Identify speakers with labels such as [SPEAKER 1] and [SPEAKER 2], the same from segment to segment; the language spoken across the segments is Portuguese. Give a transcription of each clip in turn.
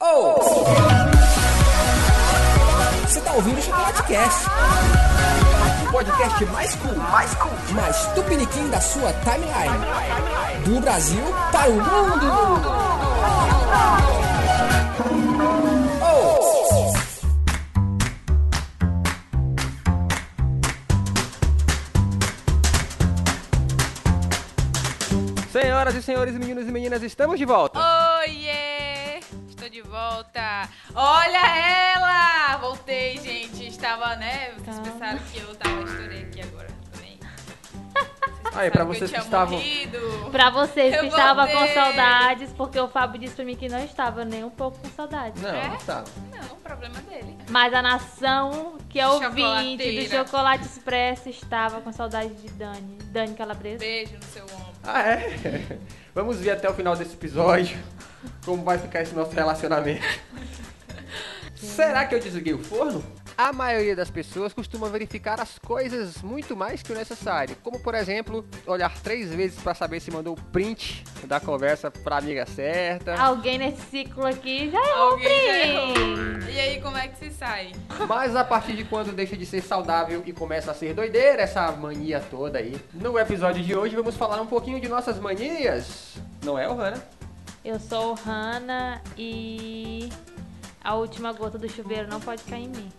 [SPEAKER 1] Oh! Você tá ouvindo o Chocolatecast? O podcast mais cool, mais cool, mais tupiniquim da sua timeline. Do Brasil para o mundo! Oh!
[SPEAKER 2] Senhoras e senhores, meninos e meninas, estamos de volta.
[SPEAKER 3] Oiê! Estou de volta. Olha ela! Voltei, gente. Estava, né? Vocês pensaram que eu tava estourei aqui agora também.
[SPEAKER 2] Aí, pra vocês que
[SPEAKER 3] que eu tinha
[SPEAKER 2] estavam.
[SPEAKER 3] morrido.
[SPEAKER 4] Pra vocês
[SPEAKER 3] Eu
[SPEAKER 4] que estavam com
[SPEAKER 3] voltei.
[SPEAKER 4] saudades, porque o Fábio disse pra mim que não estava nem um pouco com saudades.
[SPEAKER 2] Não, não
[SPEAKER 3] É?
[SPEAKER 2] tá.
[SPEAKER 3] Não, problema é dele.
[SPEAKER 4] Mas a nação que é ouvinte do
[SPEAKER 3] Chocolateira.
[SPEAKER 4] Chocolate Expresso estava com saudade de Dani. Dani Calabresa.
[SPEAKER 3] Beijo no seu ombro.
[SPEAKER 2] Ah, é? Vamos ver até o final desse episódio como vai ficar esse nosso relacionamento. Será que eu desliguei o forno? A maioria das pessoas costuma verificar as coisas muito mais que o necessário, como por exemplo, olhar três vezes pra saber se mandou o print da conversa pra amiga certa.
[SPEAKER 4] Alguém nesse ciclo aqui já errou um
[SPEAKER 3] Alguém já
[SPEAKER 4] print.
[SPEAKER 3] errou. E aí, como é que se sai?
[SPEAKER 2] Mas a partir de quando deixa de ser saudável e começa a ser doideira essa mania toda aí? No episódio de hoje vamos falar um pouquinho de nossas manias. Não é, Ohana?
[SPEAKER 4] Eu sou Hanna e a última gota do chuveiro não pode cair em mim.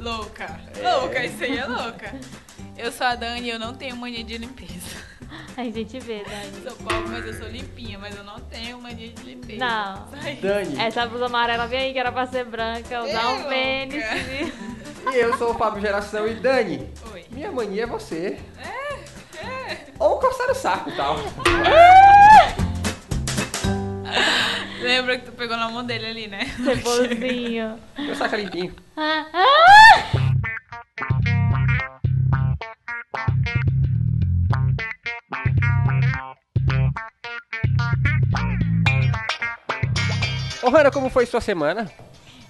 [SPEAKER 3] Louca. Louca, isso aí é louca. Eu sou a Dani e eu não tenho mania de limpeza.
[SPEAKER 4] A gente vê, Dani.
[SPEAKER 3] Sou pobre, mas eu sou limpinha, mas eu não tenho mania de limpeza.
[SPEAKER 4] Não.
[SPEAKER 3] Isso aí.
[SPEAKER 2] Dani.
[SPEAKER 4] Essa blusa amarela vem aí que era pra ser branca, usar
[SPEAKER 3] Ei,
[SPEAKER 4] um pênis.
[SPEAKER 2] E eu sou o Fábio Geração e Dani,
[SPEAKER 3] Oi.
[SPEAKER 2] minha mania é você. Ou coçar o saco e tal.
[SPEAKER 3] Lembra que tu pegou na mão dele ali, né?
[SPEAKER 4] Cebolinho.
[SPEAKER 2] Meu saco é limpinho.
[SPEAKER 4] um Ah, ah!
[SPEAKER 2] Ô, Hanna, como foi sua semana?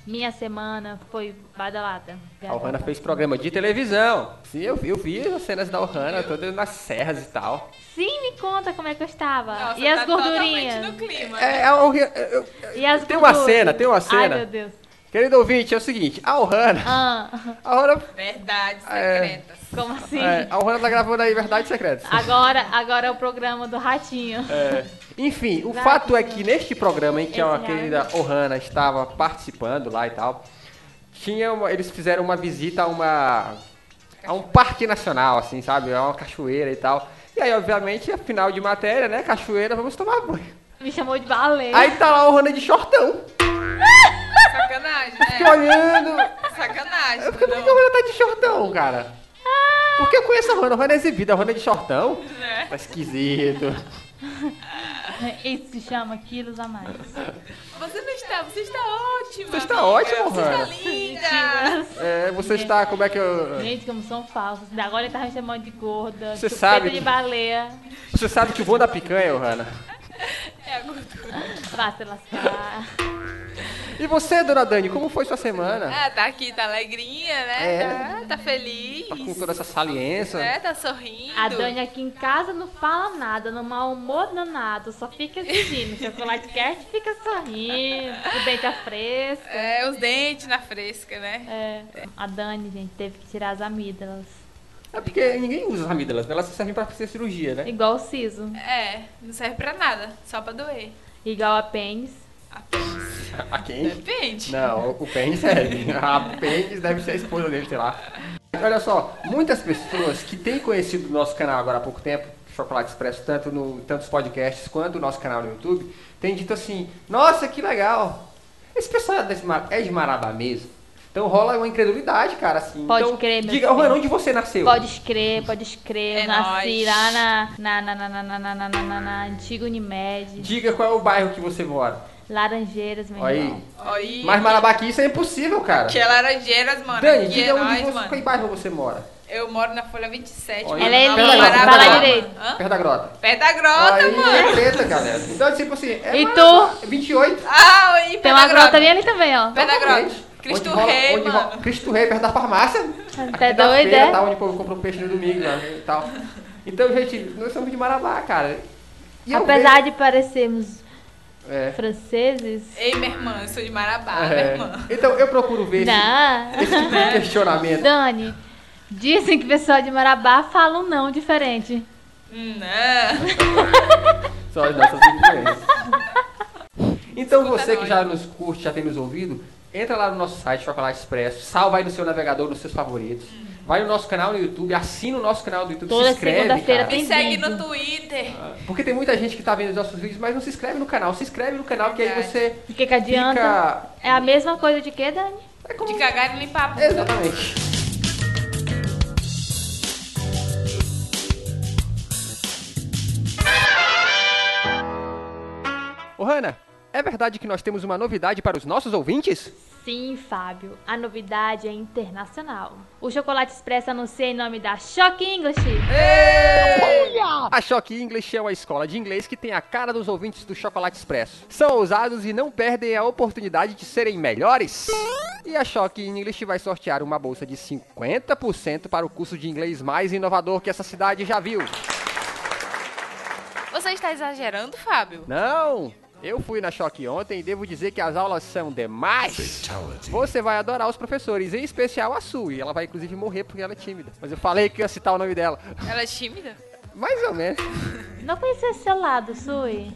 [SPEAKER 4] Minha semana foi badalada.
[SPEAKER 2] A Ohana fez programa de televisão. Sim, eu, eu vi as cenas da Ohana, todas nas serras e tal.
[SPEAKER 4] Sim, me conta como é que eu estava.
[SPEAKER 3] Nossa,
[SPEAKER 4] e as
[SPEAKER 3] tá
[SPEAKER 4] gordurinhas?
[SPEAKER 3] totalmente no clima.
[SPEAKER 2] É, a Ohana- eu-
[SPEAKER 4] E as
[SPEAKER 2] Tem uma
[SPEAKER 4] gorduras?
[SPEAKER 2] cena, tem uma cena.
[SPEAKER 4] Ai, meu Deus.
[SPEAKER 2] Querido ouvinte, é o seguinte, a Ohana...
[SPEAKER 4] Ah,
[SPEAKER 2] A Ohana,
[SPEAKER 3] Verdades
[SPEAKER 2] É.
[SPEAKER 3] secretas.
[SPEAKER 4] como assim?
[SPEAKER 2] é, a Ohana tá gravando aí Verdades Secretas.
[SPEAKER 4] Agora, agora é o programa do Ratinho.
[SPEAKER 2] É. Enfim, o
[SPEAKER 4] Vai,
[SPEAKER 2] fato é
[SPEAKER 4] Bruno.
[SPEAKER 2] que neste programa em que a
[SPEAKER 4] Esse
[SPEAKER 2] querida Ohana estava participando lá e tal, tinha uma- eles fizeram uma visita a uma a um parque nacional, assim, sabe? A uma cachoeira e tal. E aí, obviamente, é final de matéria, né? Cachoeira, vamos tomar banho.
[SPEAKER 4] Me chamou de baleia.
[SPEAKER 2] Aí tá lá a Ohana de shortão,
[SPEAKER 3] Sacanagem,
[SPEAKER 2] fica
[SPEAKER 3] né?
[SPEAKER 2] olhando.
[SPEAKER 3] Sacanagem.
[SPEAKER 2] Eu fico, Por que a
[SPEAKER 3] Não.
[SPEAKER 2] Ohana tá de shortão, cara? Porque eu conheço a Ohana, a Ohana é exibida, a Ohana é de shortão.
[SPEAKER 3] É.
[SPEAKER 2] Tá esquisito.
[SPEAKER 4] Isso se chama quilos a mais.
[SPEAKER 3] Você não está, você está ótima.
[SPEAKER 2] Você está
[SPEAKER 3] amiga.
[SPEAKER 2] ótima,
[SPEAKER 3] Você
[SPEAKER 2] Hannah.
[SPEAKER 3] está linda.
[SPEAKER 2] É, você está, como é que eu...
[SPEAKER 4] Gente, como são falsos. Agora ele tá me chamando de gorda.
[SPEAKER 2] Você
[SPEAKER 4] chupeta
[SPEAKER 2] sabe
[SPEAKER 4] de
[SPEAKER 2] que-
[SPEAKER 4] baleia.
[SPEAKER 2] Você sabe que o bom da picanha, Ohana...
[SPEAKER 3] É a gordura.
[SPEAKER 4] Vá se lascar.
[SPEAKER 2] E você, dona Dani, como foi sua semana?
[SPEAKER 3] Ah, tá aqui, tá alegrinha, né?
[SPEAKER 2] É.
[SPEAKER 3] Tá, tá feliz.
[SPEAKER 2] Tá com toda essa saliência.
[SPEAKER 3] né? Tá sorrindo.
[SPEAKER 4] A Dani aqui em casa não fala nada, não mau humor danado, só fica assistindo. Chocolate Cat fica sorrindo, o dente à fresca.
[SPEAKER 3] É, os dentes na fresca, né?
[SPEAKER 4] É. A Dani, gente, teve que tirar as amígdalas.
[SPEAKER 2] É porque ninguém usa as amígdalas, né? elas servem pra fazer cirurgia, né?
[SPEAKER 4] Igual o siso,
[SPEAKER 3] É, não serve pra nada, só pra doer. Ah, é
[SPEAKER 4] igual a pênis.
[SPEAKER 3] Apenas.
[SPEAKER 2] A quem?
[SPEAKER 3] Depende.
[SPEAKER 2] Não, o pênis serve. A pênis deve ser a esposa dele, sei lá. Olha só, muitas pessoas que têm conhecido o nosso canal agora há pouco tempo, Chocolate Expresso, tanto no tantos podcasts quanto o nosso canal no YouTube, têm dito assim, nossa, que legal! Esse pessoal é de Ma- é de Marabá mesmo. Então rola uma incredulidade, cara, assim.
[SPEAKER 4] Pode
[SPEAKER 2] então,
[SPEAKER 4] crer, meu
[SPEAKER 2] Diga,
[SPEAKER 4] filho.
[SPEAKER 2] Juan, onde você nasceu?
[SPEAKER 4] Pode escrever, pode escrever.
[SPEAKER 3] É
[SPEAKER 4] Eu nasci
[SPEAKER 3] nóis.
[SPEAKER 4] lá na, na, na, na, na, na, na, na, na, na, na antiga Unimed.
[SPEAKER 2] Diga qual é o bairro que você mora.
[SPEAKER 4] Laranjeiras, meu
[SPEAKER 2] Olha
[SPEAKER 4] irmão.
[SPEAKER 2] aí.
[SPEAKER 3] Aí,
[SPEAKER 2] Mas Marabá aqui isso é impossível, cara.
[SPEAKER 3] que é laranjeiras, mano.
[SPEAKER 2] Dani,
[SPEAKER 3] aqui
[SPEAKER 2] diga
[SPEAKER 3] é
[SPEAKER 2] onde
[SPEAKER 3] nóis,
[SPEAKER 2] você,
[SPEAKER 3] mano.
[SPEAKER 2] qual bairro você mora.
[SPEAKER 3] Eu moro na Folha 27.
[SPEAKER 2] Olha.
[SPEAKER 3] mano,
[SPEAKER 4] Ela é
[SPEAKER 3] na
[SPEAKER 4] linda,
[SPEAKER 3] Marabá,
[SPEAKER 4] vai lá
[SPEAKER 3] mano.
[SPEAKER 4] direito.
[SPEAKER 3] Hã?
[SPEAKER 2] Perto da grota.
[SPEAKER 3] Pé da grota,
[SPEAKER 2] Aí
[SPEAKER 3] mano.
[SPEAKER 2] é treta, galera. Então, tipo assim, é
[SPEAKER 4] E
[SPEAKER 2] Marabá, 28.
[SPEAKER 3] Ah, e pé
[SPEAKER 4] Tem
[SPEAKER 3] da
[SPEAKER 4] uma grota
[SPEAKER 3] grota.
[SPEAKER 4] ali, ali também, ó.
[SPEAKER 3] Pé da
[SPEAKER 2] exatamente.
[SPEAKER 3] grota. Cristo
[SPEAKER 2] Onde rola-
[SPEAKER 3] Rei,
[SPEAKER 2] onde rola-
[SPEAKER 3] mano.
[SPEAKER 2] Cristo Rei, perto da farmácia.
[SPEAKER 4] Até
[SPEAKER 2] Aqui da
[SPEAKER 4] doida,
[SPEAKER 2] feira,
[SPEAKER 4] é?
[SPEAKER 2] tá, onde o povo compra um peixe no domingo lá, e tal. Então, gente, nós somos de Marabá, cara. E eu
[SPEAKER 4] Apesar
[SPEAKER 2] vejo-
[SPEAKER 4] de parecermos
[SPEAKER 2] É.
[SPEAKER 4] Franceses?
[SPEAKER 3] Ei, minha irmã, eu sou de Marabá, minha
[SPEAKER 2] É.
[SPEAKER 3] irmã.
[SPEAKER 2] Então, eu procuro ver esse,
[SPEAKER 4] Não.
[SPEAKER 2] esse tipo de questionamento.
[SPEAKER 4] Dani, dizem que pessoal de Marabá fala um não diferente.
[SPEAKER 3] Não.
[SPEAKER 2] Só as nossas influências. Então
[SPEAKER 3] Escuta
[SPEAKER 2] você que
[SPEAKER 3] nós.
[SPEAKER 2] já nos curte, já tem nos ouvido, entra lá no nosso site Chocolate Expresso, salva aí no seu navegador, nos seus favoritos. Vai no nosso canal no YouTube, assina o nosso canal do YouTube,
[SPEAKER 4] Uhum. Toda
[SPEAKER 2] se inscreve,
[SPEAKER 4] segunda-feira
[SPEAKER 2] cara.
[SPEAKER 4] tem
[SPEAKER 3] Me segue
[SPEAKER 4] vídeo.
[SPEAKER 3] no Twitter.
[SPEAKER 2] Porque tem muita gente que tá vendo os nossos vídeos, mas não se inscreve no canal. Se inscreve no canal, que aí
[SPEAKER 3] Verdade.
[SPEAKER 2] você
[SPEAKER 4] O que, que adianta?
[SPEAKER 2] fica...
[SPEAKER 4] É a mesma coisa de quê, Dani?
[SPEAKER 2] É como...
[SPEAKER 3] De cagar e limpar a bunda.
[SPEAKER 2] Exatamente. Ô, Hanna, é verdade que nós temos uma novidade para os nossos ouvintes?
[SPEAKER 4] Sim, Fábio, a novidade é internacional. O Chocolate Expresso anuncia em nome da Choque English.
[SPEAKER 2] A Choque English é uma escola de inglês que tem a cara dos ouvintes do Chocolate Expresso. São ousados e não perdem a oportunidade de serem melhores. E a Choque English vai sortear uma bolsa de 50% para o curso de inglês mais inovador que essa cidade já viu.
[SPEAKER 3] Você está exagerando, Fábio?
[SPEAKER 2] Não! Eu fui na Choque ontem e devo dizer que as aulas são demais. Você vai adorar os professores, em especial a Sui. Ela vai inclusive morrer porque ela é tímida. Mas eu falei que ia citar o nome dela.
[SPEAKER 3] Ela é tímida?
[SPEAKER 2] Mais ou menos.
[SPEAKER 4] Não conhecia esse seu lado, Sui.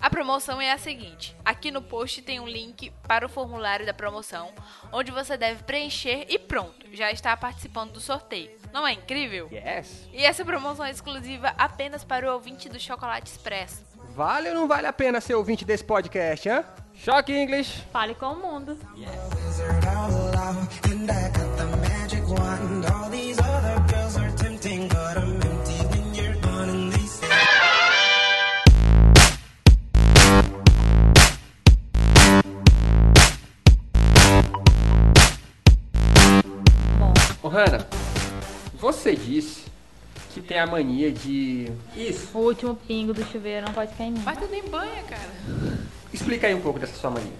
[SPEAKER 3] A promoção é a seguinte: aqui no post tem um link para o formulário da promoção, onde você deve preencher e pronto, já está participando do sorteio. Não é incrível?
[SPEAKER 2] Yes.
[SPEAKER 3] E essa promoção é exclusiva apenas para o ouvinte do Chocolate Expresso.
[SPEAKER 2] Vale ou não vale a pena ser ouvinte desse podcast, hã? Choque English.
[SPEAKER 4] Fale com o mundo.
[SPEAKER 5] desert all alone and I got the magic wand. All these other girls are tempting, but I'm empty when you're gone and they say
[SPEAKER 2] Ô, Hannah, você disse que tem a mania de. Isso.
[SPEAKER 4] O último pingo do chuveiro não pode cair em mim.
[SPEAKER 3] Mas tu nem banha, cara.
[SPEAKER 2] Explica aí um pouco dessa sua mania.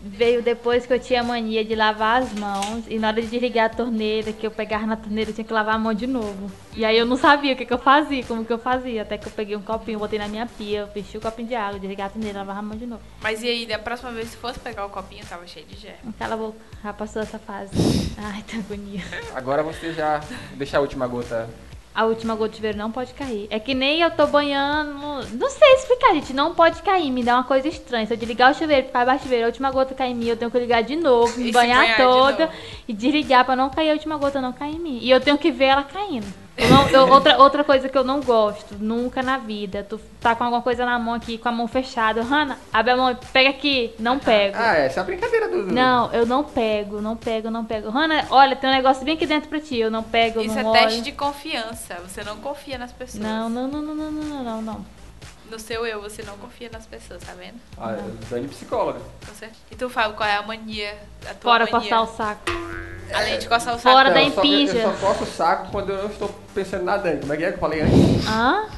[SPEAKER 4] Veio depois que eu tinha mania de lavar as mãos e na hora de ligar a torneira, que eu pegava na torneira, eu tinha que lavar a mão de novo. E aí eu não sabia o que, que eu fazia, como que eu fazia. Até que eu peguei um copinho, botei na minha pia, eu enchi o copinho de água, desliguei a torneira, lavava a mão de novo.
[SPEAKER 3] Mas e aí, da próxima vez, se fosse pegar o copinho, tava cheio de germe.
[SPEAKER 4] Cala a boca, já passou essa fase. Ai, tá agonia.
[SPEAKER 2] Agora você já deixa a última gota.
[SPEAKER 4] A última gota de chuveiro não pode cair. É que nem eu tô banhando. Não sei explicar, gente. Não pode cair. Me dá uma coisa estranha. Se eu desligar o chuveiro, ficar abaixo do chuveiro, a última gota cair em mim, eu tenho que ligar de novo,
[SPEAKER 3] E
[SPEAKER 4] me
[SPEAKER 3] se
[SPEAKER 4] banhar,
[SPEAKER 3] banhar de
[SPEAKER 4] toda
[SPEAKER 3] novo?
[SPEAKER 4] e desligar pra não cair a última gota, não cair em mim. E eu tenho que ver ela caindo. Eu não- eu- outra, outra coisa que eu não gosto, nunca na vida. Tu tá com alguma coisa na mão aqui, com a mão fechada. Hanna, abre a mão, pega aqui. Não pego.
[SPEAKER 2] Ah, essa é a brincadeira do. do-
[SPEAKER 4] Não, eu não pego, não pego, não pego. Hanna, olha, tem um negócio bem aqui dentro pra ti. Eu não pego, eu
[SPEAKER 3] Isso é
[SPEAKER 4] não olho.
[SPEAKER 3] teste de confiança. Você não confia nas pessoas.
[SPEAKER 4] Não, não, não, não, não, não, não, não.
[SPEAKER 3] No seu eu, você não confia nas pessoas, tá vendo?
[SPEAKER 2] Ah, Dani psicóloga.
[SPEAKER 3] Com certeza. E tu, Fábio, qual é a mania? A tua
[SPEAKER 4] Fora
[SPEAKER 3] mania?
[SPEAKER 4] coçar o saco.
[SPEAKER 3] Além de coçar o saco.
[SPEAKER 4] Fora da
[SPEAKER 2] eu só- eu-
[SPEAKER 4] empinja.
[SPEAKER 2] Eu só coço o saco quando eu não estou pensando na Dani. Como é que é que eu falei antes?
[SPEAKER 4] Hã?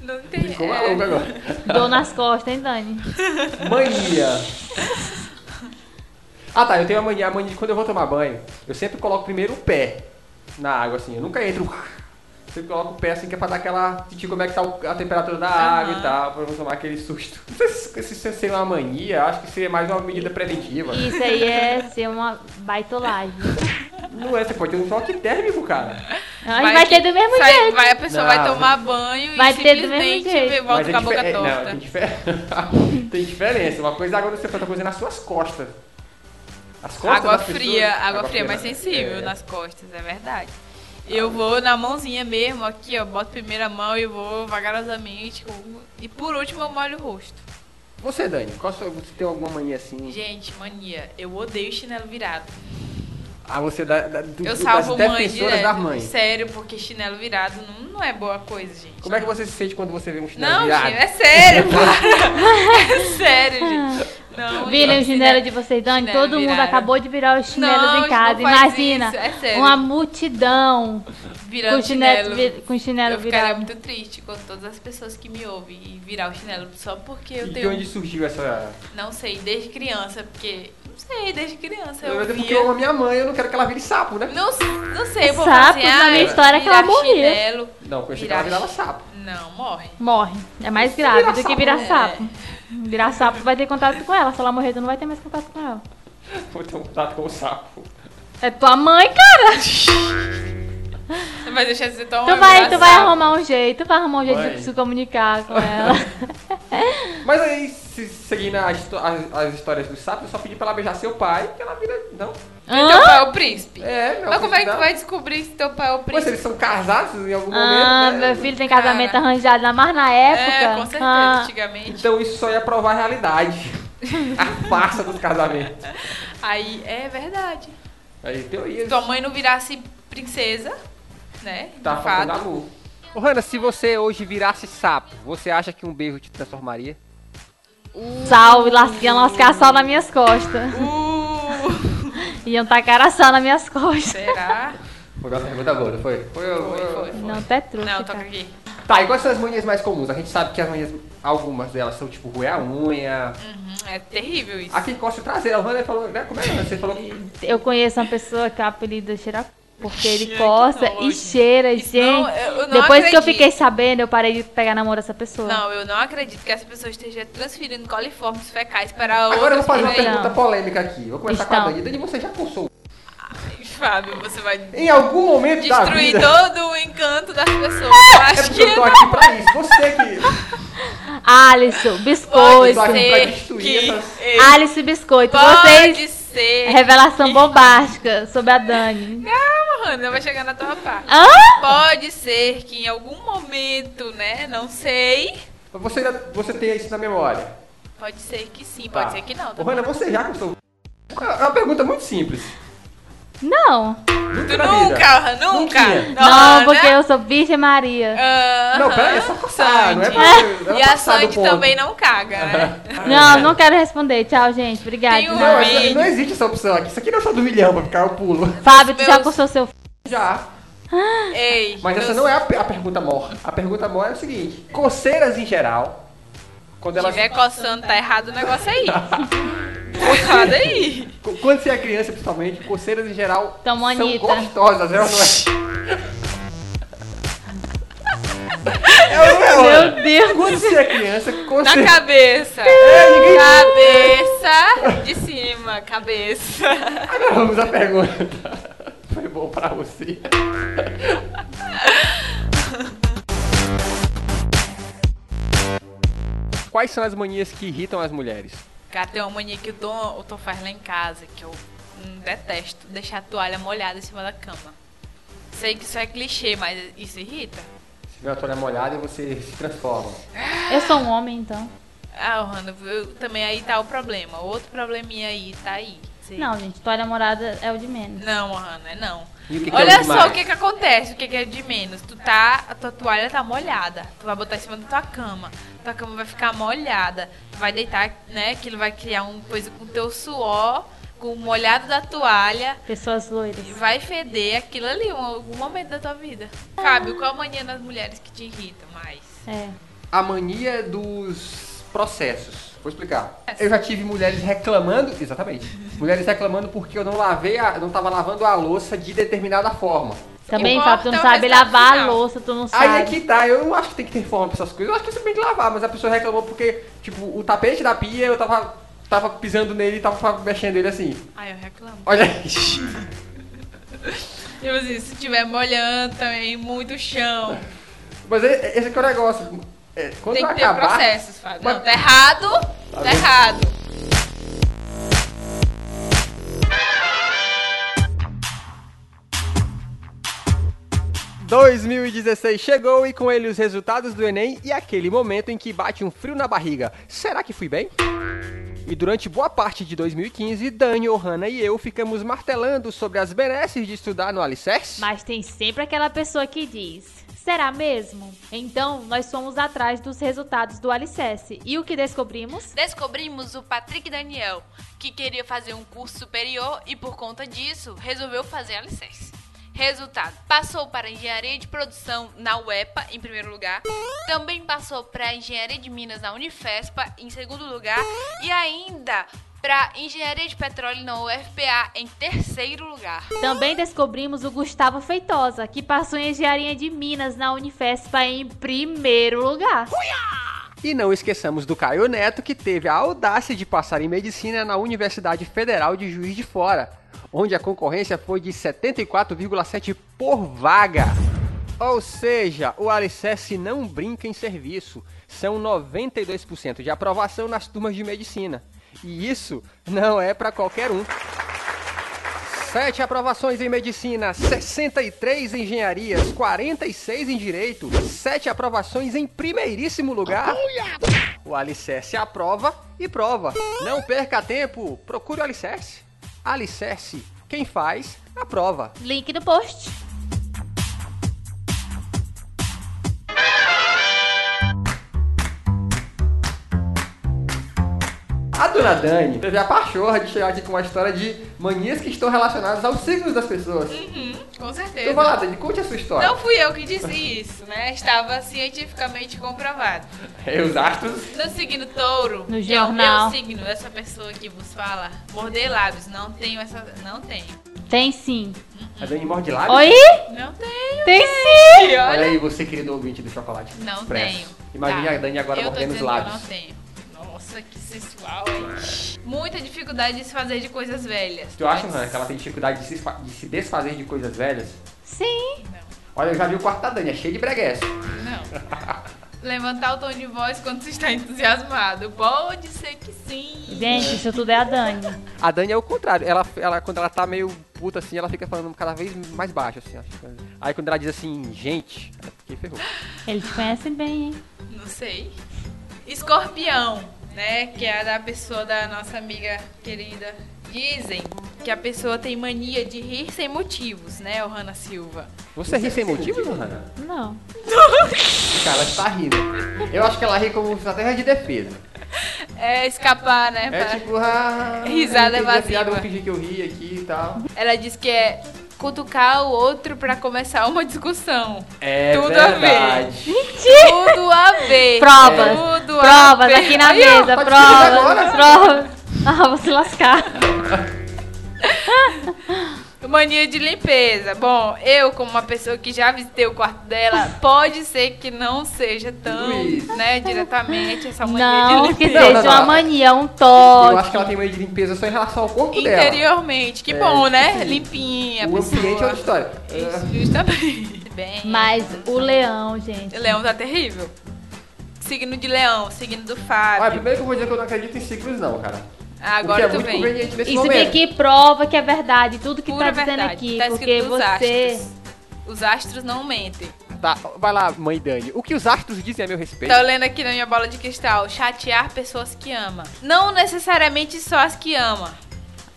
[SPEAKER 3] Não tem.
[SPEAKER 2] Ficou
[SPEAKER 3] é.
[SPEAKER 2] maluco agora.
[SPEAKER 4] Dou nas costas, hein, Dani?
[SPEAKER 2] Mania. Ah tá, eu tenho a mania, a mania de quando eu vou tomar banho, eu sempre coloco primeiro o pé na água, assim, eu nunca entro. Sempre coloco o pé assim que é pra dar aquela. sentir como é que tá o- a temperatura da água e tal, pra não tomar aquele susto. Não sei se se isso seria uma mania, acho que seria mais uma medida preventiva.
[SPEAKER 4] Isso aí é ser uma baitolagem.
[SPEAKER 2] Não é, você pode ter um choque térmico, cara.
[SPEAKER 4] Aí vai, ter
[SPEAKER 3] que-
[SPEAKER 4] do mesmo
[SPEAKER 3] sai- um
[SPEAKER 4] jeito.
[SPEAKER 3] Vai, a pessoa
[SPEAKER 2] Não.
[SPEAKER 3] vai tomar banho
[SPEAKER 4] Vai
[SPEAKER 3] e
[SPEAKER 4] ter do mesmo
[SPEAKER 3] simplesmente
[SPEAKER 4] jeito.
[SPEAKER 3] volta
[SPEAKER 2] Mas é
[SPEAKER 3] com a boca
[SPEAKER 2] difer- é,
[SPEAKER 3] torta.
[SPEAKER 2] Não, tem, difer- tem diferença. Uma coisa é água do seu outra coisa é nas suas costas. As costas
[SPEAKER 3] água
[SPEAKER 2] das
[SPEAKER 3] fria,
[SPEAKER 2] pessoas-
[SPEAKER 3] água, fria é mais
[SPEAKER 2] né?
[SPEAKER 3] sensível
[SPEAKER 2] É.
[SPEAKER 3] nas costas, é verdade. Eu vou na mãozinha mesmo, aqui, ó, boto primeira mão e vou vagarosamente. com- E por último eu molho o rosto.
[SPEAKER 2] Você, Dani, qual sua- você tem alguma mania assim?
[SPEAKER 3] Gente, mania, eu odeio chinelo virado.
[SPEAKER 2] Ah, você da, da, do,
[SPEAKER 3] Eu
[SPEAKER 2] do-
[SPEAKER 3] salvo
[SPEAKER 2] das
[SPEAKER 3] mãe
[SPEAKER 2] defensoras
[SPEAKER 3] direto.
[SPEAKER 2] da mãe.
[SPEAKER 3] Sério, porque chinelo virado não, não é boa coisa, gente.
[SPEAKER 2] Como é que você se sente quando você vê um chinelo
[SPEAKER 3] Não,
[SPEAKER 2] virado?
[SPEAKER 3] gente, é sério, para. É sério, gente. Não,
[SPEAKER 4] Virem o
[SPEAKER 3] gente,
[SPEAKER 4] um chinelo de vocês, Dani.
[SPEAKER 3] Chinelo
[SPEAKER 4] Todo mundo
[SPEAKER 3] virado.
[SPEAKER 4] acabou de virar os chinelos
[SPEAKER 3] Não,
[SPEAKER 4] em casa.
[SPEAKER 3] não faz
[SPEAKER 4] Imagina.
[SPEAKER 3] isso, é sério.
[SPEAKER 4] uma multidão
[SPEAKER 3] virando
[SPEAKER 4] com chinelo,
[SPEAKER 3] chinelo.
[SPEAKER 4] vi- com chinelo
[SPEAKER 3] eu ficaria
[SPEAKER 4] virado.
[SPEAKER 3] muito triste com todas as pessoas que me ouvem e virar o chinelo só porque eu
[SPEAKER 2] E de
[SPEAKER 3] tenho.
[SPEAKER 2] onde surgiu essa.
[SPEAKER 3] Não sei, desde criança, porque. Não sei, desde criança eu.
[SPEAKER 2] Eu
[SPEAKER 3] Via...
[SPEAKER 2] é porque eu amo minha mãe, eu não quero que ela vire sapo, né?
[SPEAKER 3] Não, não sei, eu vou
[SPEAKER 4] Sapo,
[SPEAKER 3] assim,
[SPEAKER 4] na
[SPEAKER 3] ah,
[SPEAKER 4] minha história é que ela
[SPEAKER 3] virar
[SPEAKER 4] morria.
[SPEAKER 3] Chinelo,
[SPEAKER 2] Não, eu achei que
[SPEAKER 3] Virar
[SPEAKER 2] ela virava
[SPEAKER 3] chi-
[SPEAKER 2] sapo.
[SPEAKER 3] Não, morre.
[SPEAKER 4] Morre. É mais grave do que virar
[SPEAKER 3] É.
[SPEAKER 4] sapo. Virar sapo, tu vai ter contato com ela. Se ela morrer, tu não vai ter mais contato com ela.
[SPEAKER 2] Vou ter um contato com o sapo.
[SPEAKER 4] É tua mãe, cara!
[SPEAKER 3] Não vai deixar de ser tão
[SPEAKER 4] Tu vai, tu vai
[SPEAKER 3] engraçado.
[SPEAKER 4] arrumar um jeito, tu vai arrumar um jeito
[SPEAKER 2] Vai.
[SPEAKER 4] de se comunicar com ela.
[SPEAKER 2] Mas aí, se seguindo a histo- as, as histórias do sapo, eu só pedi pra ela beijar seu pai, que ela vira. Não.
[SPEAKER 3] Teu
[SPEAKER 4] Hã?
[SPEAKER 3] pai é o príncipe.
[SPEAKER 2] É, meu
[SPEAKER 3] Mas como é que
[SPEAKER 2] dá.
[SPEAKER 3] tu vai descobrir se teu pai é o
[SPEAKER 2] Pô, se
[SPEAKER 3] príncipe?
[SPEAKER 2] eles são casados em algum
[SPEAKER 4] Ah,
[SPEAKER 2] momento. né?
[SPEAKER 4] meu filho tem casamento arranjado, na- mas na época.
[SPEAKER 3] É, com certeza,
[SPEAKER 4] ah,
[SPEAKER 3] antigamente.
[SPEAKER 2] Então isso só ia provar a realidade. a farsa dos casamentos.
[SPEAKER 3] Aí é verdade.
[SPEAKER 2] Aí teorias.
[SPEAKER 3] Se tua mãe não virasse princesa, né?
[SPEAKER 2] Tá
[SPEAKER 3] de
[SPEAKER 2] faltando
[SPEAKER 3] fato.
[SPEAKER 2] amor. Ô, Hanna, se você hoje virasse sapo, você acha que um beijo te transformaria?
[SPEAKER 4] Sal, las- iam lascar sal nas minhas costas.
[SPEAKER 3] Uh,
[SPEAKER 4] Iam tacar a sal nas minhas costas.
[SPEAKER 3] será?
[SPEAKER 2] Foi uma pergunta boa, não foi? Foi,
[SPEAKER 3] Foi, foi, foi.
[SPEAKER 4] Não, até trouxe.
[SPEAKER 3] Não, toca
[SPEAKER 4] cara.
[SPEAKER 3] aqui.
[SPEAKER 2] Tá, e quais são as manias mais comuns? A gente sabe que as manias, algumas delas são tipo roer a unha.
[SPEAKER 3] Uhum, é terrível isso.
[SPEAKER 2] Aqui encosta o traseiro. A Hanna falou, né? Como é que você falou? que-
[SPEAKER 4] Eu conheço uma pessoa que o apelido é cheira porque ele
[SPEAKER 3] Que
[SPEAKER 4] coça
[SPEAKER 3] nojo.
[SPEAKER 4] e cheira,
[SPEAKER 3] Isso
[SPEAKER 4] gente.
[SPEAKER 3] não- eu- eu não
[SPEAKER 4] Depois que eu
[SPEAKER 3] acredito.
[SPEAKER 4] fiquei sabendo, eu parei de pegar namoro essa pessoa.
[SPEAKER 3] Não, eu não acredito que essa pessoa esteja transferindo coliformes fecais para
[SPEAKER 2] Agora eu vou
[SPEAKER 3] outras
[SPEAKER 2] fazer um uma
[SPEAKER 3] pessoas.
[SPEAKER 4] Não.
[SPEAKER 2] pergunta polêmica aqui. Vou começar com a
[SPEAKER 4] Então.
[SPEAKER 2] Dani. Dani, você já cursou?
[SPEAKER 3] Fábio, você vai
[SPEAKER 2] Em algum momento da
[SPEAKER 3] destruir
[SPEAKER 2] vida...
[SPEAKER 3] todo o encanto das pessoas. Eu
[SPEAKER 2] É
[SPEAKER 3] acho
[SPEAKER 2] porque eu
[SPEAKER 3] que
[SPEAKER 2] tô aqui pra isso. Você que...
[SPEAKER 4] Alisson,
[SPEAKER 3] pode
[SPEAKER 4] biscoito.
[SPEAKER 2] Olha,
[SPEAKER 3] ser
[SPEAKER 2] pra destruir
[SPEAKER 3] que
[SPEAKER 2] essas-
[SPEAKER 3] ele-
[SPEAKER 4] Alice Biscoito,
[SPEAKER 3] pode
[SPEAKER 4] vocês.
[SPEAKER 3] ser.
[SPEAKER 4] Revelação bombástica sobre a Dani.
[SPEAKER 3] Calma, Hannah, vai chegar na tua parte.
[SPEAKER 4] Hã?
[SPEAKER 3] Pode ser que em algum momento, né? Não sei.
[SPEAKER 2] Você, ainda- você tem isso na memória.
[SPEAKER 3] Pode ser que sim,
[SPEAKER 2] Tá.
[SPEAKER 3] pode ser que não.
[SPEAKER 2] Ô, Hanna, você já cursou? É uma pergunta muito simples.
[SPEAKER 4] Não.
[SPEAKER 3] Tu
[SPEAKER 2] na vida.
[SPEAKER 3] nunca, Hannah, nunca.
[SPEAKER 2] Nunca.
[SPEAKER 4] Não, porque
[SPEAKER 3] né?
[SPEAKER 4] eu sou Virgem Maria.
[SPEAKER 3] Aham.
[SPEAKER 2] Não, peraí, é só coçar, não é pra...
[SPEAKER 3] E a Sandy também não caga, né?
[SPEAKER 4] Não, não quero responder. Tchau, gente. Obrigada.
[SPEAKER 3] Tem
[SPEAKER 2] É.
[SPEAKER 3] um-
[SPEAKER 2] Não,
[SPEAKER 4] Não.
[SPEAKER 2] essa- não existe essa opção aqui. Isso aqui não é só do milhão pra ficar o pulo.
[SPEAKER 4] Fábio, tu
[SPEAKER 3] Meus-
[SPEAKER 4] já cursou seu.
[SPEAKER 2] Já.
[SPEAKER 3] Ei.
[SPEAKER 2] Mas essa
[SPEAKER 3] meus-
[SPEAKER 2] não é a, pe- a pergunta mor. A pergunta mor é o seguinte: coceiras em geral, quando
[SPEAKER 3] Se
[SPEAKER 2] elas.
[SPEAKER 3] tiver coçando, tá errado o negócio aí. errado aí.
[SPEAKER 2] co- Quando você é criança, principalmente, coceiras em geral
[SPEAKER 4] Tão
[SPEAKER 2] são
[SPEAKER 4] bonita.
[SPEAKER 2] gostosas, é ou não é? é ou não é?
[SPEAKER 4] Meu Deus.
[SPEAKER 2] Quando você é criança,
[SPEAKER 3] Na
[SPEAKER 2] coceiras.
[SPEAKER 3] cabeça.
[SPEAKER 2] ninguém-
[SPEAKER 3] Cabeça de cima, cabeça.
[SPEAKER 2] Agora vamos à pergunta. Foi bom pra você. Quais são as manias que irritam as mulheres?
[SPEAKER 3] Cara, tem uma mania que o Tom, o Tom faz lá em casa, que eu hum, detesto, deixar a toalha molhada em cima da cama. Sei que isso é clichê, mas isso irrita.
[SPEAKER 2] Se vê a toalha molhada, você se transforma.
[SPEAKER 4] Eu sou um homem, então.
[SPEAKER 3] Ah, Randa, eu- também aí tá o problema. Outro probleminha aí, tá aí. Sei.
[SPEAKER 4] Não, gente, tua namorada é o de menos.
[SPEAKER 3] Não, Rana, é não.
[SPEAKER 2] E o que que é
[SPEAKER 3] Olha
[SPEAKER 2] o
[SPEAKER 3] só
[SPEAKER 2] demais?
[SPEAKER 3] o que que acontece, o que que é de menos. Tu tá, a tua toalha tá molhada, tu vai botar em cima da tua cama, tua cama vai ficar molhada, tu vai deitar, né, aquilo vai criar um coisa com teu suor, com o molhado da toalha,
[SPEAKER 4] Pessoas loiras.
[SPEAKER 3] e vai feder aquilo ali em algum momento da tua vida. Cabe, qual a mania das mulheres que te irritam mais?
[SPEAKER 4] É.
[SPEAKER 2] A mania dos processos. Vou explicar.
[SPEAKER 3] É.
[SPEAKER 2] Eu já tive mulheres reclamando, exatamente. Mulheres reclamando porque eu não lavei, a, não tava lavando a louça de determinada forma.
[SPEAKER 4] Também,
[SPEAKER 3] Importa é
[SPEAKER 4] Fábio, tu
[SPEAKER 3] o
[SPEAKER 4] não sabe
[SPEAKER 3] resultado
[SPEAKER 4] lavar a
[SPEAKER 3] final.
[SPEAKER 4] louça, tu não
[SPEAKER 2] Aí é
[SPEAKER 4] sabe.
[SPEAKER 2] que tá, eu não acho que tem que ter forma pra essas coisas. Eu acho que você tem que lavar, mas a pessoa reclamou porque, tipo, o tapete da pia eu tava, tava pisando nele e tava mexendo ele assim.
[SPEAKER 3] Ai, eu reclamo.
[SPEAKER 2] Olha aí.
[SPEAKER 3] Tipo assim, se tiver molhando também, muito chão.
[SPEAKER 2] Mas é- esse que é o negócio. É, quando
[SPEAKER 3] Tem que ter
[SPEAKER 2] acabar,
[SPEAKER 3] processos, Fábio.
[SPEAKER 2] Mas-
[SPEAKER 3] Não, tá errado, tá
[SPEAKER 2] bem.
[SPEAKER 3] errado.
[SPEAKER 2] Enem. 2016 chegou e com ele os resultados do Enem e aquele momento em que bate um frio na barriga. Será que fui bem? E durante boa parte de 2015, Dani, Ohana e eu ficamos martelando sobre as benesses de estudar no Alicerce.
[SPEAKER 4] Mas tem sempre aquela pessoa que diz: será mesmo? Então, nós fomos atrás dos resultados do Alicerce. E o que descobrimos?
[SPEAKER 3] Descobrimos o Patrick Daniel, que queria fazer um curso superior e por conta disso resolveu fazer a licença. Resultado: passou para engenharia de produção na UEPA em primeiro lugar, também passou para engenharia de Minas na Unifespa em segundo lugar e ainda para engenharia de petróleo na UFPA em terceiro lugar.
[SPEAKER 4] Também descobrimos o Gustavo Feitosa, que passou em engenharia de Minas na Unifespa em primeiro lugar.
[SPEAKER 2] E não esqueçamos do Caio Neto, que teve a audácia de passar em medicina na Universidade Federal de Juiz de Fora, onde a concorrência foi de 74,7 por vaga. Ou seja, o alicerce não brinca em serviço. São 92% de aprovação nas turmas de medicina. E isso não é para qualquer um. Sete aprovações em medicina, 63 em engenharias, 46 em direito, sete aprovações em primeiríssimo lugar. O Alicerce aprova e prova. Não perca tempo, procure o Alicerce. Alicerce, quem faz, aprova.
[SPEAKER 4] Link no post.
[SPEAKER 2] A dona Dani teve a pachorra de chegar aqui com uma história de manias que estão relacionadas aos signos das pessoas.
[SPEAKER 3] Uhum, com certeza.
[SPEAKER 2] Então vai lá, Dani, conte a sua história.
[SPEAKER 3] Não fui eu que disse isso, né? Estava cientificamente comprovado.
[SPEAKER 2] É, os astros.
[SPEAKER 3] No signo touro,
[SPEAKER 4] No
[SPEAKER 3] que é
[SPEAKER 4] jornal.
[SPEAKER 3] o meu signo, essa pessoa que vos fala, morder lábios, não tenho essa. Não tenho.
[SPEAKER 4] Tem sim.
[SPEAKER 2] A Dani morde lábios.
[SPEAKER 4] Oi?
[SPEAKER 3] Não tenho.
[SPEAKER 4] Tem sim!
[SPEAKER 3] E
[SPEAKER 2] Olha
[SPEAKER 3] olha.
[SPEAKER 2] aí, você querido ouvinte do Chocolate
[SPEAKER 3] Não
[SPEAKER 2] Express.
[SPEAKER 3] tenho.
[SPEAKER 2] Imagina
[SPEAKER 3] Tá.
[SPEAKER 2] a Dani agora
[SPEAKER 3] eu tô
[SPEAKER 2] mordendo os
[SPEAKER 3] dizendo que eu
[SPEAKER 2] lábios.
[SPEAKER 3] Não tenho. Nossa, que sensual, hein? Muita dificuldade de se fazer de coisas velhas.
[SPEAKER 2] Tu acha, Nana, que ela tem dificuldade de se, esfa- de se desfazer de coisas velhas?
[SPEAKER 4] Sim.
[SPEAKER 2] Olha, eu já vi o quarto da Dani, é cheio de breguês.
[SPEAKER 3] Não. Levantar o tom de voz quando se está entusiasmado. Pode ser que sim.
[SPEAKER 4] Gente, isso tudo é a Dani.
[SPEAKER 2] A Dani é o contrário, ela, ela, quando ela tá meio puta assim, ela fica falando cada vez mais baixo, assim. acho que- Aí quando ela diz assim, gente, aí fiquei ferrou.
[SPEAKER 4] Ele te conhece bem, hein?
[SPEAKER 3] Não sei. Escorpião, né? Que é a da pessoa da nossa amiga querida. Dizem que a pessoa tem mania de rir sem motivos, né, o Hanna Silva?
[SPEAKER 2] Você ri sem motivo, Nana?
[SPEAKER 4] Não.
[SPEAKER 2] Cara, ela tá rindo. Eu acho que ela ri como estratégia de defesa.
[SPEAKER 3] É escapar, né?
[SPEAKER 2] É
[SPEAKER 3] pra-
[SPEAKER 2] tipo, ah,
[SPEAKER 3] Risada
[SPEAKER 2] eu entendi a
[SPEAKER 3] evasiva.
[SPEAKER 2] piada, eu vou fingir que eu ri aqui e tal.
[SPEAKER 3] Ela diz que é cutucar o outro pra começar uma discussão.
[SPEAKER 2] É
[SPEAKER 3] Tudo a ver.
[SPEAKER 2] verdade.
[SPEAKER 3] Tudo a ver.
[SPEAKER 4] Provas.
[SPEAKER 3] Tudo a
[SPEAKER 4] Provas
[SPEAKER 3] ver.
[SPEAKER 4] aqui na
[SPEAKER 3] Aí, ó,
[SPEAKER 4] mesa.
[SPEAKER 2] tá discutindo agora?
[SPEAKER 4] Provas. Provas. Ah, vou se lascar.
[SPEAKER 3] Mania de limpeza. Bom, eu, como uma pessoa que já visitei o quarto dela, pode ser que não seja tão,
[SPEAKER 2] Luiz.
[SPEAKER 3] né, diretamente essa É mania de
[SPEAKER 4] Não,
[SPEAKER 3] limpeza.
[SPEAKER 4] que
[SPEAKER 2] Não, não,
[SPEAKER 4] seja uma
[SPEAKER 2] não.
[SPEAKER 4] mania, um
[SPEAKER 2] Eu acho
[SPEAKER 4] toque.
[SPEAKER 2] que ela tem meio de limpeza só em relação ao corpo dela.
[SPEAKER 3] Interiormente, que
[SPEAKER 2] É,
[SPEAKER 3] bom, né?
[SPEAKER 2] sim.
[SPEAKER 3] Limpinha,
[SPEAKER 2] O
[SPEAKER 3] pessoa.
[SPEAKER 2] ambiente é outra história.
[SPEAKER 3] Isso, Justamente. Bem.
[SPEAKER 4] Mas o leão, gente.
[SPEAKER 3] Leão tá terrível. Signo de leão, signo do
[SPEAKER 2] Olha,
[SPEAKER 3] Fábio.
[SPEAKER 2] primeiro que eu vou dizer é que eu não acredito em signos, não, cara.
[SPEAKER 3] Ah,
[SPEAKER 2] o
[SPEAKER 3] agora
[SPEAKER 2] que é
[SPEAKER 3] tu
[SPEAKER 2] muito
[SPEAKER 3] vem.
[SPEAKER 2] conveniente nesse
[SPEAKER 4] Isso
[SPEAKER 2] momento.
[SPEAKER 4] daqui prova que é verdade, tudo que
[SPEAKER 3] Pura
[SPEAKER 4] tá dizendo
[SPEAKER 3] verdade.
[SPEAKER 4] aqui.
[SPEAKER 3] tá
[SPEAKER 4] porque
[SPEAKER 3] escrito nos
[SPEAKER 4] você.
[SPEAKER 3] astros. Os astros não mentem.
[SPEAKER 2] Tá, vai lá, mãe Dani. O que os astros dizem a meu respeito?
[SPEAKER 3] Tô lendo aqui na minha bola de cristal. Chatear pessoas que ama. Não necessariamente só as que ama.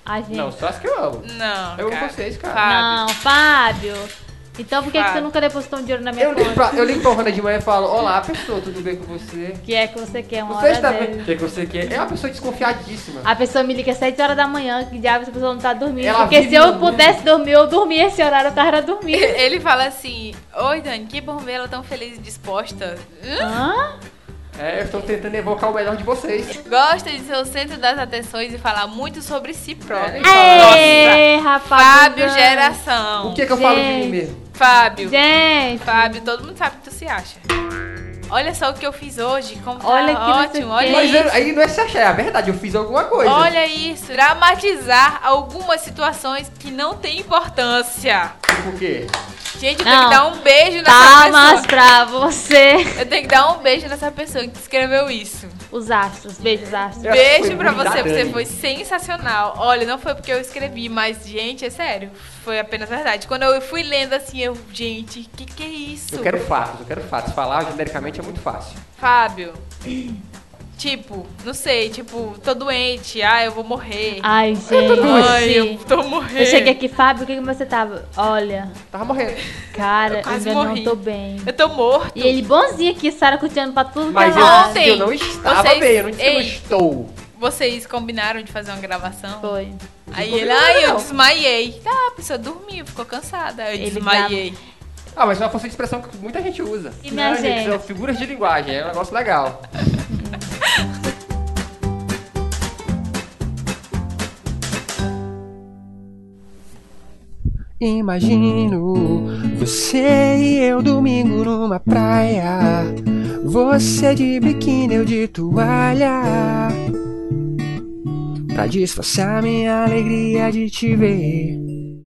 [SPEAKER 4] A gente. Ah,
[SPEAKER 2] Não, só as que eu amo.
[SPEAKER 3] Não.
[SPEAKER 2] Eu amo
[SPEAKER 3] cara.
[SPEAKER 2] vocês, cara.
[SPEAKER 3] Fábio.
[SPEAKER 4] Não, Fábio. Então por que, que você
[SPEAKER 3] Fábio.
[SPEAKER 4] nunca depositou um dinheiro na minha
[SPEAKER 2] Eu ligo,
[SPEAKER 4] conta?
[SPEAKER 2] pra, eu ligo pra Rona de manhã e falo, olá, pessoa, tudo bem com você?
[SPEAKER 4] Que é que você quer uma
[SPEAKER 2] Você
[SPEAKER 4] hora
[SPEAKER 2] está
[SPEAKER 4] dele.
[SPEAKER 2] bem? O que que você quer? É uma pessoa desconfiadíssima.
[SPEAKER 4] A pessoa me liga às 7 horas da manhã, que diabo essa pessoa não tá dormindo.
[SPEAKER 2] Ela
[SPEAKER 4] porque
[SPEAKER 2] vive
[SPEAKER 4] se eu
[SPEAKER 2] no mundo.
[SPEAKER 4] pudesse dormir, eu dormia esse horário, eu tava dormindo.
[SPEAKER 3] Ele fala assim: Oi, Dani, que bom ver ela tão feliz e disposta. Hum? Hã?
[SPEAKER 4] Hã?
[SPEAKER 2] É, eu estou tentando evocar o melhor de vocês.
[SPEAKER 3] Gosta de ser o centro das atenções e falar muito sobre si próprio.
[SPEAKER 4] É. Aê, rapaz.
[SPEAKER 3] Fábio
[SPEAKER 4] Dani.
[SPEAKER 3] Geração.
[SPEAKER 2] O que é que eu falo de
[SPEAKER 4] Gente.
[SPEAKER 2] mim mesmo?
[SPEAKER 3] Fábio.
[SPEAKER 4] Gente,
[SPEAKER 3] Fábio, todo mundo sabe que tu se acha. Olha só o que eu fiz hoje. Como tá
[SPEAKER 4] Olha que não sei
[SPEAKER 3] ótimo.
[SPEAKER 4] o quê.
[SPEAKER 3] Olha
[SPEAKER 2] Mas
[SPEAKER 3] isso.
[SPEAKER 2] eu- aí não é se achar, é a verdade, eu fiz alguma coisa.
[SPEAKER 3] Olha isso, dramatizar algumas situações que não têm importância.
[SPEAKER 2] Por Tipo, quê?
[SPEAKER 3] Gente, eu tenho
[SPEAKER 4] Não.
[SPEAKER 3] que dar um beijo nessa
[SPEAKER 4] tá,
[SPEAKER 3] pessoa.
[SPEAKER 4] mas pra você.
[SPEAKER 3] Eu tenho que dar um beijo nessa pessoa que escreveu isso.
[SPEAKER 4] Os astros, beijos astros.
[SPEAKER 2] Eu acho que foi
[SPEAKER 3] Beijo pra
[SPEAKER 2] muito
[SPEAKER 3] você,
[SPEAKER 2] da
[SPEAKER 3] você
[SPEAKER 2] Dani.
[SPEAKER 3] foi sensacional. Olha, não foi porque eu escrevi, mas, gente, é sério. Foi apenas verdade. Quando eu fui lendo assim, eu, gente, que que é isso?
[SPEAKER 2] Eu quero fatos, eu quero fatos. Falar genericamente é muito fácil.
[SPEAKER 3] Fábio. tipo, não sei, tipo, tô doente, ah, eu vou morrer.
[SPEAKER 4] Ai, gente.
[SPEAKER 3] Ai, eu tô morrendo.
[SPEAKER 4] Eu cheguei aqui, Fábio, o que, que você tava? Olha,
[SPEAKER 2] Tava morrendo.
[SPEAKER 4] cara,
[SPEAKER 3] Eu
[SPEAKER 4] eu
[SPEAKER 3] quase
[SPEAKER 4] ainda
[SPEAKER 3] morri.
[SPEAKER 4] não tô bem.
[SPEAKER 3] Eu tô morto.
[SPEAKER 4] E ele bonzinho aqui, Sara curtindo pra tudo
[SPEAKER 2] Mas
[SPEAKER 4] que
[SPEAKER 2] eu
[SPEAKER 4] é lado.
[SPEAKER 2] disse que eu não estava
[SPEAKER 3] vocês-
[SPEAKER 2] bem, eu não disse que eu não
[SPEAKER 3] Ei.
[SPEAKER 2] estou.
[SPEAKER 3] Vocês combinaram de fazer uma gravação?
[SPEAKER 4] Foi.
[SPEAKER 3] Aí
[SPEAKER 2] Não
[SPEAKER 3] ele,
[SPEAKER 2] combinaram,
[SPEAKER 3] ai, eu
[SPEAKER 2] não.
[SPEAKER 3] desmaiei. Tá, a pessoa dormiu, ficou cansada. Aí Eu
[SPEAKER 4] Ele
[SPEAKER 3] desmaiei.
[SPEAKER 2] Ah, mas é uma força de expressão que muita gente usa.
[SPEAKER 4] E minha
[SPEAKER 2] Não,
[SPEAKER 4] gente?
[SPEAKER 2] São figuras de linguagem, é um negócio legal. Imagino você e eu domingo numa praia. Você de biquíni, eu de toalha. Pra disfarçar minha alegria de te ver.